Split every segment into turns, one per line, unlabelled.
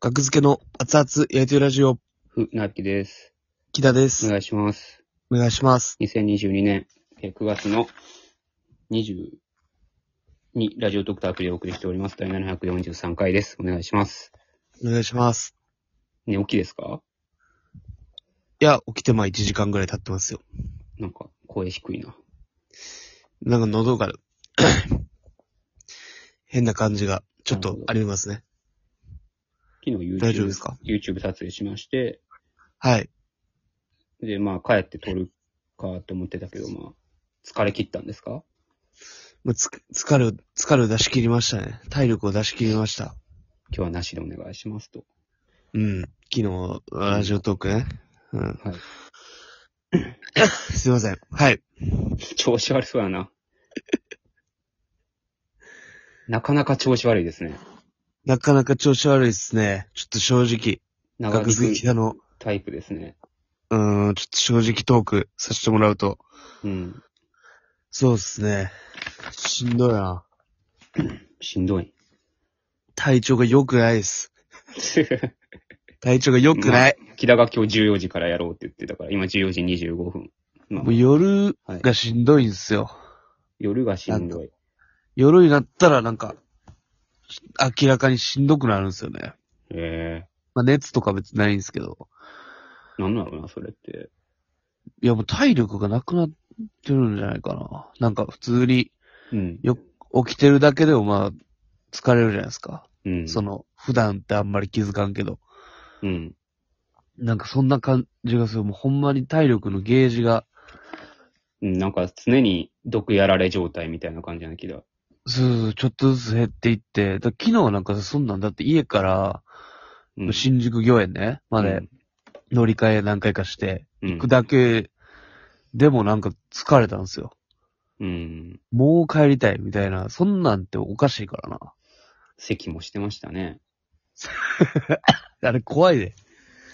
学付けの熱々焼いてるラジオ、
ふ、なっきです。
木田で
お
す。
願いします。
お願いします。
2022年えー9月の22ラジオドクターアプリをお送りしております。第743回です。お願いします。
お願いします。
ね、起きですか
いや、起きてまあ1時間ぐらい経ってますよ。
なんか、声低いな。
なんか喉が、 変な感じが、ちょっとありますね。
昨日 YouTube、
大丈夫ですか
YouTube 撮影しまして、
はい。
で、まあ、帰って撮るかと思ってたけど、まあ、疲れ切ったんですか
もうつ、疲れを、疲れを出し切りましたね。体力を出し切りました。
今日はなしでお願いしますと。
うん。昨日、ラジオトークね。うん。
は
すいません。はい。
い。 調子悪そうやな。なかなか調子悪いですね。
なかなか調子悪いですね。ちょっと正直、
長
学付
引
け
く
北の、
タイプですね。
うーん、ちょっと正直トークさせてもらうと、
うん。
そうですね。しんどいな。
しんどい。
体調が良くないです。体調が良くない。
木田が今日14時からやろうって言ってたから、今14時25分。まあ
もう夜
はい
がしんどいんですよ。
夜がしんどい。
夜になったらなんか、し明らかにしんどくなるんですよね。
ええ
まあ熱とか別にないんですけど。
なんなのな、それって。
いやもう体力がなくなってるんじゃないかな。なんか普通に
うん。
よ起きてるだけでもまあ疲れるじゃないですか。
うん。
その、普段ってあんまり気づかんけど。
うん。
なんかそんな感じがする。もうほんまに体力のゲージが、
うんなんか常に毒やられ状態みたいな感じな気だ。
そうそう、ちょっとずつ減っていって、だ昨日なんかそんなんだって家から、
うん。
新宿御苑ね、まで乗り換え何回かして、
うん、うん
行くだけでもなんか疲れたんですよ。
うん。
もう帰りたいみたいな、そんなんっておかしいからな。
咳もしてましたね。
あれ怖いで。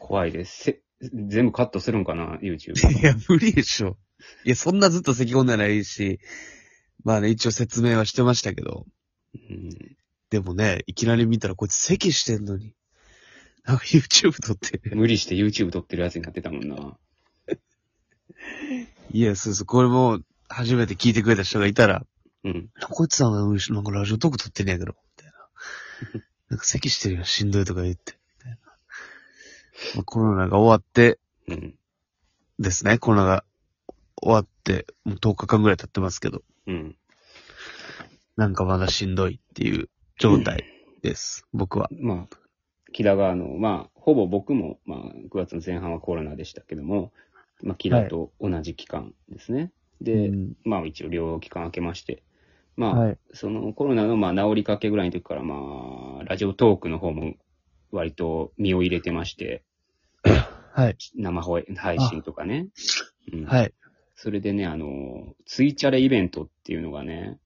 怖いです。せ全部カットするんかな、YouTube。
いや、無理でしょ。いや、そんなずっと咳込んでないし、まあね、一応説明はしてましたけど、
うん。
でもね、いきなり見たらこいつ咳してんのに、なんか YouTube 撮ってる。
無理して YouTube 撮ってるやつになってたもんな。
いや、そうそう、これも初めて聞いてくれた人がいたら、
うん。
こいつさんがなんかラジオトーク撮ってんねやけど、みたいな。なんか咳してるよ、しんどいとか言って、みたいな。まあ、コロナが終わって
うん。
ですね、コロナが終わって、もう10日間ぐらい経ってますけど、
うん。
なんかまだしんどいっていう状態です、僕は。
まあ、木田が、あの、まあ、ほぼ僕も、まあ、9月の前半はコロナでしたけども、まあ、木田と同じ期間ですね。で、
うん
まあ、一応、療養期間明けまして、まあ、
はい。
そのコロナの、まあ、治りかけぐらいの時から、まあ、ラジオトークの方も、割と身を入れてまして、
はい。
生配配信とかね。うん
はい。
それでね、あの、ツイチャレイベントっていうのがね、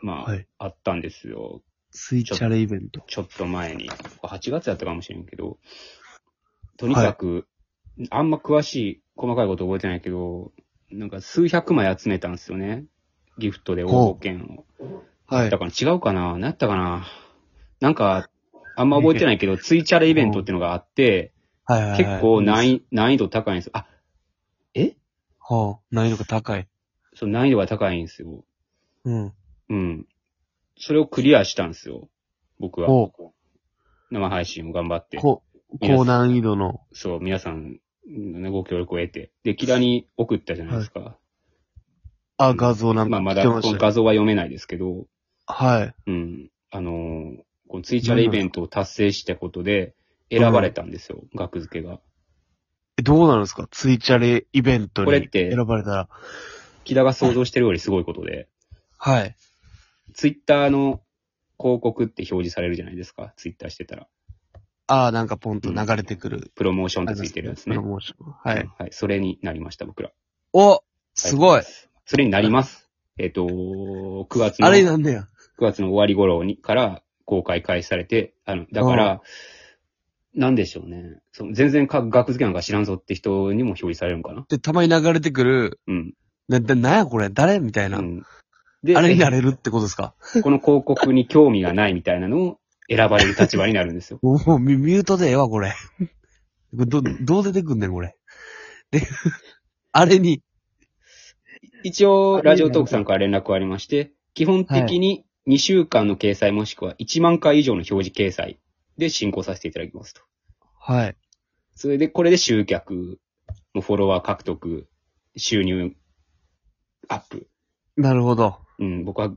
まあ、
はい
あったんですよ。
スイッチャレイベント。
ちょっと前に、8月やったかもしれんけど、とにかく、あんま詳しい、細かいこと覚えてないけど、なんか数百枚集めたんですよね。ギフトで応募券を。
はい
だ。から違うかな何やったかななんか、あんま覚えてないけ ど、ツイチャレイベントっていうのがあって、
はいはい、はい。
結構難
易
易難易度高いんですよ。あ、え
度。はあ、難易度が高い。
そう、難易度が高いんですよ。
うん。
うん。それをクリアしたんですよ。僕は。
ほ
生配信を頑張って。
こ高難易度の。
そう、皆さんのね、ご協力を得て。で、キラに送ったじゃないですか。
あ、画像なんか
まあ、
来
まだ
てま
こ
し
の
たよ。
画像は読めないですけど、
はい。
うん。あのーこのツイッチャーイベントを達成したことで、選ばれたんですよ、額付けが。
えどうなるんですかツイチャレイベント
これっ
に
て
選ばれたら。
キラが想像してるよりすごいことで、
はい。
ツイッターの広告って表示されるじゃないですか、ツイッターしてたら。
ああ、なんかポンと流れてくる。
プロモーションってついてるやつね
プロ。モーションはい。
はい。それになりました、僕ら。
おすごい
それになります。えっ、と、9月の。
あれなんだよ。
9月の終わり頃にから公開開始されて、あの、だから、なんでしょうね。その全然か学付けなんか知らんぞって人にも表示されるのかな。
で、たまに流れてくる、
うん。
な、な、なんやこれ誰みたいな
う。んで、
あれになれるってことですか。
この広告に興味がないみたいなのを選ばれる立場になるんですよ
もうミミュートでええわ、これ。 これど、どう出てくんねん、これ。で、 あれに、
一応、ラジオトークさんから連絡がありまして、基本的に2週間の掲載もしくは1万回以上の表示掲載で進行させていただきますと。
はい。
それで、これで集客、もうフォロワー獲得、収入、アップ。
なるほど。
うん、僕は、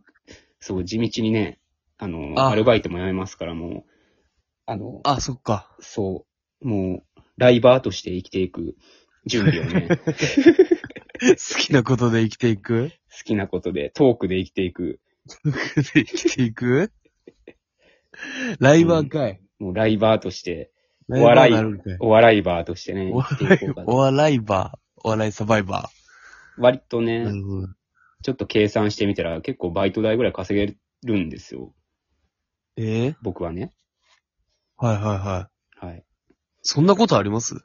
そう、地道にね、あの、
あ
アルバイトも辞めますから、もう、あの、
あ、そっか。
そう、もう、ライバーとして生きていく準備を ね、好
好きなことで生きてい く
きなことで、トークで生きていく、
生きてい くライバーかい。
もうライバーとして、
ライバー
笑い
なるんかい。
お笑いバーとしてね、
お
生きていこうか
お
と。
笑いバー。お笑いサバイバ
割と
ー。
ね
な、るほど。
ちょっと計算してみたら、結構バイト代ぐらい稼げるんですよ、
ええ
僕はね。
はいはいはい。
はい。
そんなことあります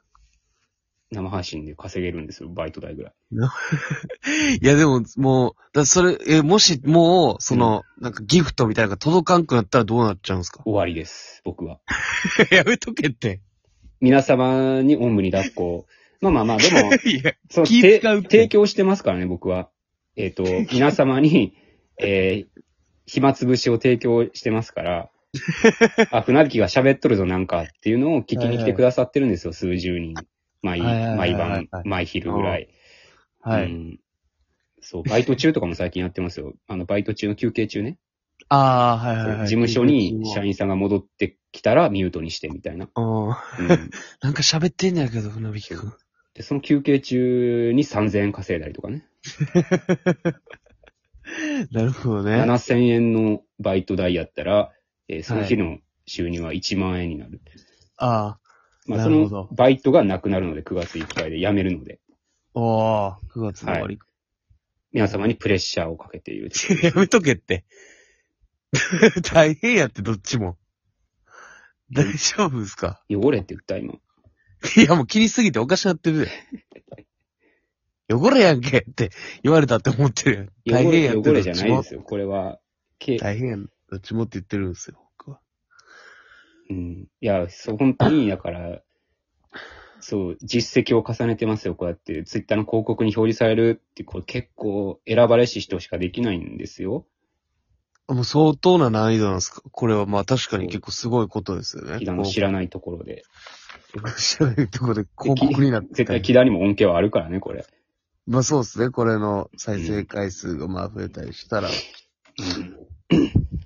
生配信で稼げるんですよ、バイト代ぐらい。
いやでも、もう、だそれ、え、もし、もう、その、なんかギフトみたいなのが届かんくなったらどうなっちゃうんですか
終わりです、僕は。
やめとけって。
皆様におんぶに抱っこ。まあまあまあ、でも、
いや、
そう、
気
て
使うって
提供してますからね、僕は。え っ、と、皆様に、えー、暇つぶしを提供してま すから、あ、船引きが喋っとるぞ、なんかっていうのを聞きに来てくださってるんですよ、数十人。毎、
はいはいはいはい
毎晩、毎昼ぐらい。
はい。
うんそう、バイト中とかも最近やってますよ。あの、バイト中の休憩中ね。
ああ、はいはいはい。
事務所に社員さんが戻ってきたらミュートにしてみたいな。
うん。
うん
なんか喋ってんねやけど、船引くん。
で、その休憩中に3000円稼いだりとかね。
なるほどね。
7000円のバイト代やったら、えーその日の収入は1万円になる。
あ
まあ、
な
そ
るほど
のバイトがなくなるので、9月いっぱいで辞めるので、
あ。おー、9月の終わり。
皆様にプレッシャーをかけている。
やめとけって。 大変やって、どっちも。大丈夫ですか
汚れって言った、今。
いや、もう気にしすぎておかしなってるで。汚れやんけって言われたって思ってるやん。大
汚
変や
れ、
って
汚
ど
れ
っ
じゃな
ち
いで
も。
すよ。これは、け
大変やん。どっちもって言ってるんですよ、僕は。
うん。いや、そう、本当に、だから、そう、実績を重ねてますよ、こうやって。ツイッターの広告に表示されるって、これ結構選ばれし人しかできないんですよ。
もう相当な難易度なんですかこれはまあ確かに結構すごいことですよね。
木田の
こう
知らないところで。
知らないところで広告になって
絶
たり
対木田にも恩恵はあるからね、これ。
まあそうですね。これの再生回数がまあ増えたりしたら。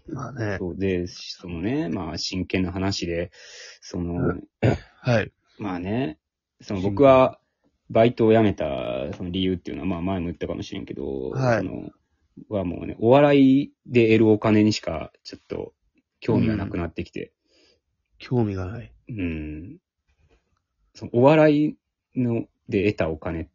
まあね。
そうで、そのね、まあ真剣な話で、その、
はい。
まあね、その僕はバイトを辞めたその理由っていうのは、まあ前も言ったかもしれんけど、
はい
その、はもうね、お笑いで得るお金にしか、ちょっと、興味がなくなってきて、
興味がない。
うん、そのお笑いので得たお金っ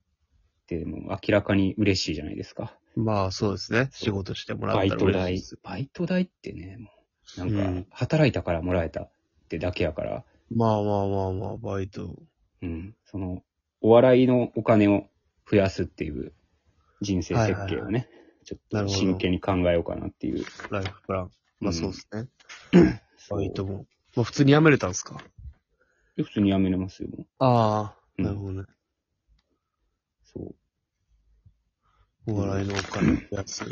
て、もう明らかに嬉しいじゃないですか。
まあそうですね。仕事してもらっ
バイ
たら
ト
嬉しいで
代
す。。
バイト代ってね、もう、
う
なん
ん
か、働いたからもらえたってだけやから、
まあまあまあまあ、バイト。
うん。その、お笑いのお金を増やすっていう人生設計
はい
をね、
は
ちょっ
な
と
るほど
真剣に考えようかなっていう。
ライフプラン。まあそうですね。
そう
バイトも。まあ普通に辞めれたんですか
で普通に辞めれますよ、もう。
ああ、
うん
なるほどね。
そ
お笑いのお金ってやつ。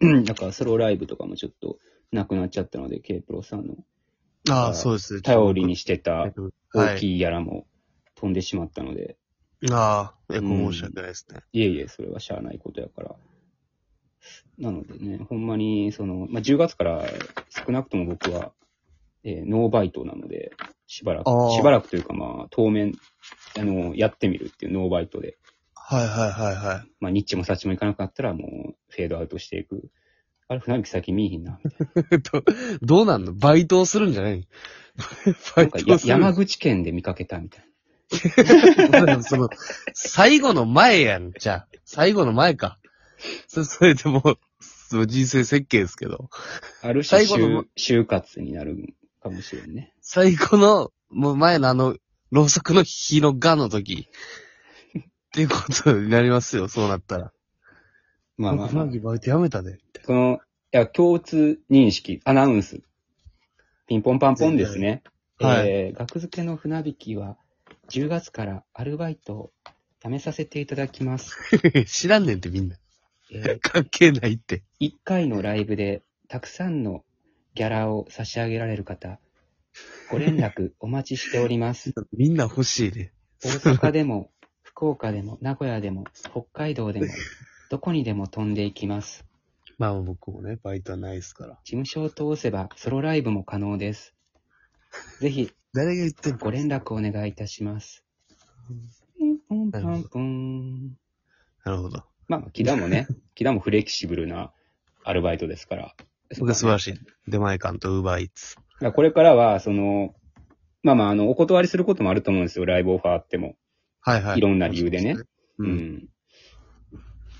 う。だからソロライブとかもちょっとなくなっちゃったので、K プロさんの
ああ、そうですね。
頼りにしてた
は
大
い。
きいやらも飛んでしまったので、
ああ、え、申し訳ないですね。
いえいえ、それはしゃあないことやから。なのでね、ほんまに、その、まあ、10月から少なくとも僕は、えーノーバイトなので、しばら
あー
く、しばらくというかまあ、当面、あの、やってみるっていうノーバイトで、
はいはいはいはい。
まあ、ニッチもサッチもいかなくなったら、もう、フェードアウトしていく。あれ、船引き先見えひんな。みたい
ど、どうなんのバイトをするんじゃないバ
なな
イ
んか
トを
や、
する。
山口県で見かけたみた い
その、最後の前やん、じゃあ。最後の前か。そ それでもう、その人生設計ですけど。
な。ある種、
最後の
就就活になるかもしれんね。
最後の、もう前のあの、ろうそくの火のがの時。っていうことになりますよ、そうなったら。
まあまあ、まあ
なんか、バイトやめたで。
その、いや、共通認識、アナウンスピンポンパンポンですね。
はい
えー、学付けの船引きは、10月からアルバイトを辞めさせていただきます。
知らんねんってみんな。
えー
関係ないって。
一回のライブでたくさんのギャラを差し上げられる方、ご連絡お待ちしております。
みんな欲しいね。
大阪でも、福岡でも、名古屋でも、北海道でも、どこにでも飛んでいきます。
まあ僕もね、バイトはないですから。
事務所を通せばソロライブも可能です。ぜひ、
誰が言ってんの
ご連絡お願いいたします。ポンポンポンポン。
なるほど。
まあ、木田 もね、木田もフレキシブルなアルバイトですから。
僕は素晴らしい。出前館とウーバーイーツ。
だからこれからは、その、まあまあ、あの、お断りすることもあると思うんですよ、ライブオファーあっても。
はいはい。
いろんな理由でね。
う。
うんん。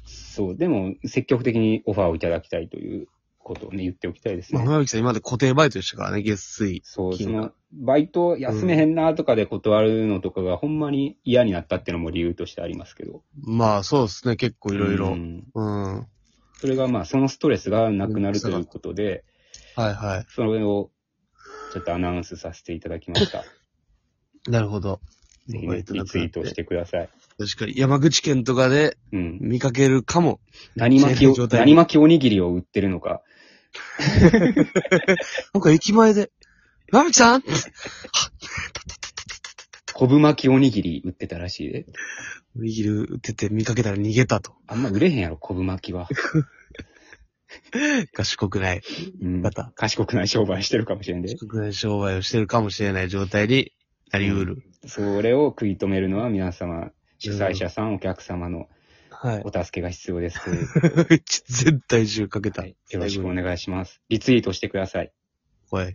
そう、でも、積極的にオファーをいただきたいということをね、言っておきたいです
まあ、
ね。
船引さん今まで固定バイトでしたからね、月水。
そう、そ
金が
の、バイト休めへんなとかで断るのとかが、ほんまに嫌になったっていうのも理由としてありますけど。
まあそうですね、結構いろいうろ。
ん
うん。はい
それがまあ、そのストレスがなくなるということで、
は
それを、ちょっとアナウンスさせていただきま した。
い。なるほど。
ぜひ
バ
ね、
イ
リ
ト
ツ
なくな
イ
っ。
ートしててください。
確かに山口県とかで
うん。
見かけるかも。
何巻き
状
を、
態
何巻きおにぎりを売ってるのか。
なんか駅前で、船引さん
昆布巻きおにぎり売ってたらしいで。
おにぎり売ってて見かけたら逃げたと。
あんま売れへんやろ、昆布巻きは。
賢くない。
うん
ま。た、
賢くない商売してるかもしれんで。
賢くない商売をしてるかもしれない状態になりうる。
それを食い止めるのは皆様、主催者さん、お客様の
はい
お。助けが必要です。
絶対中かけた。
はいよろしくお願いします。リツイートしてください。
はい。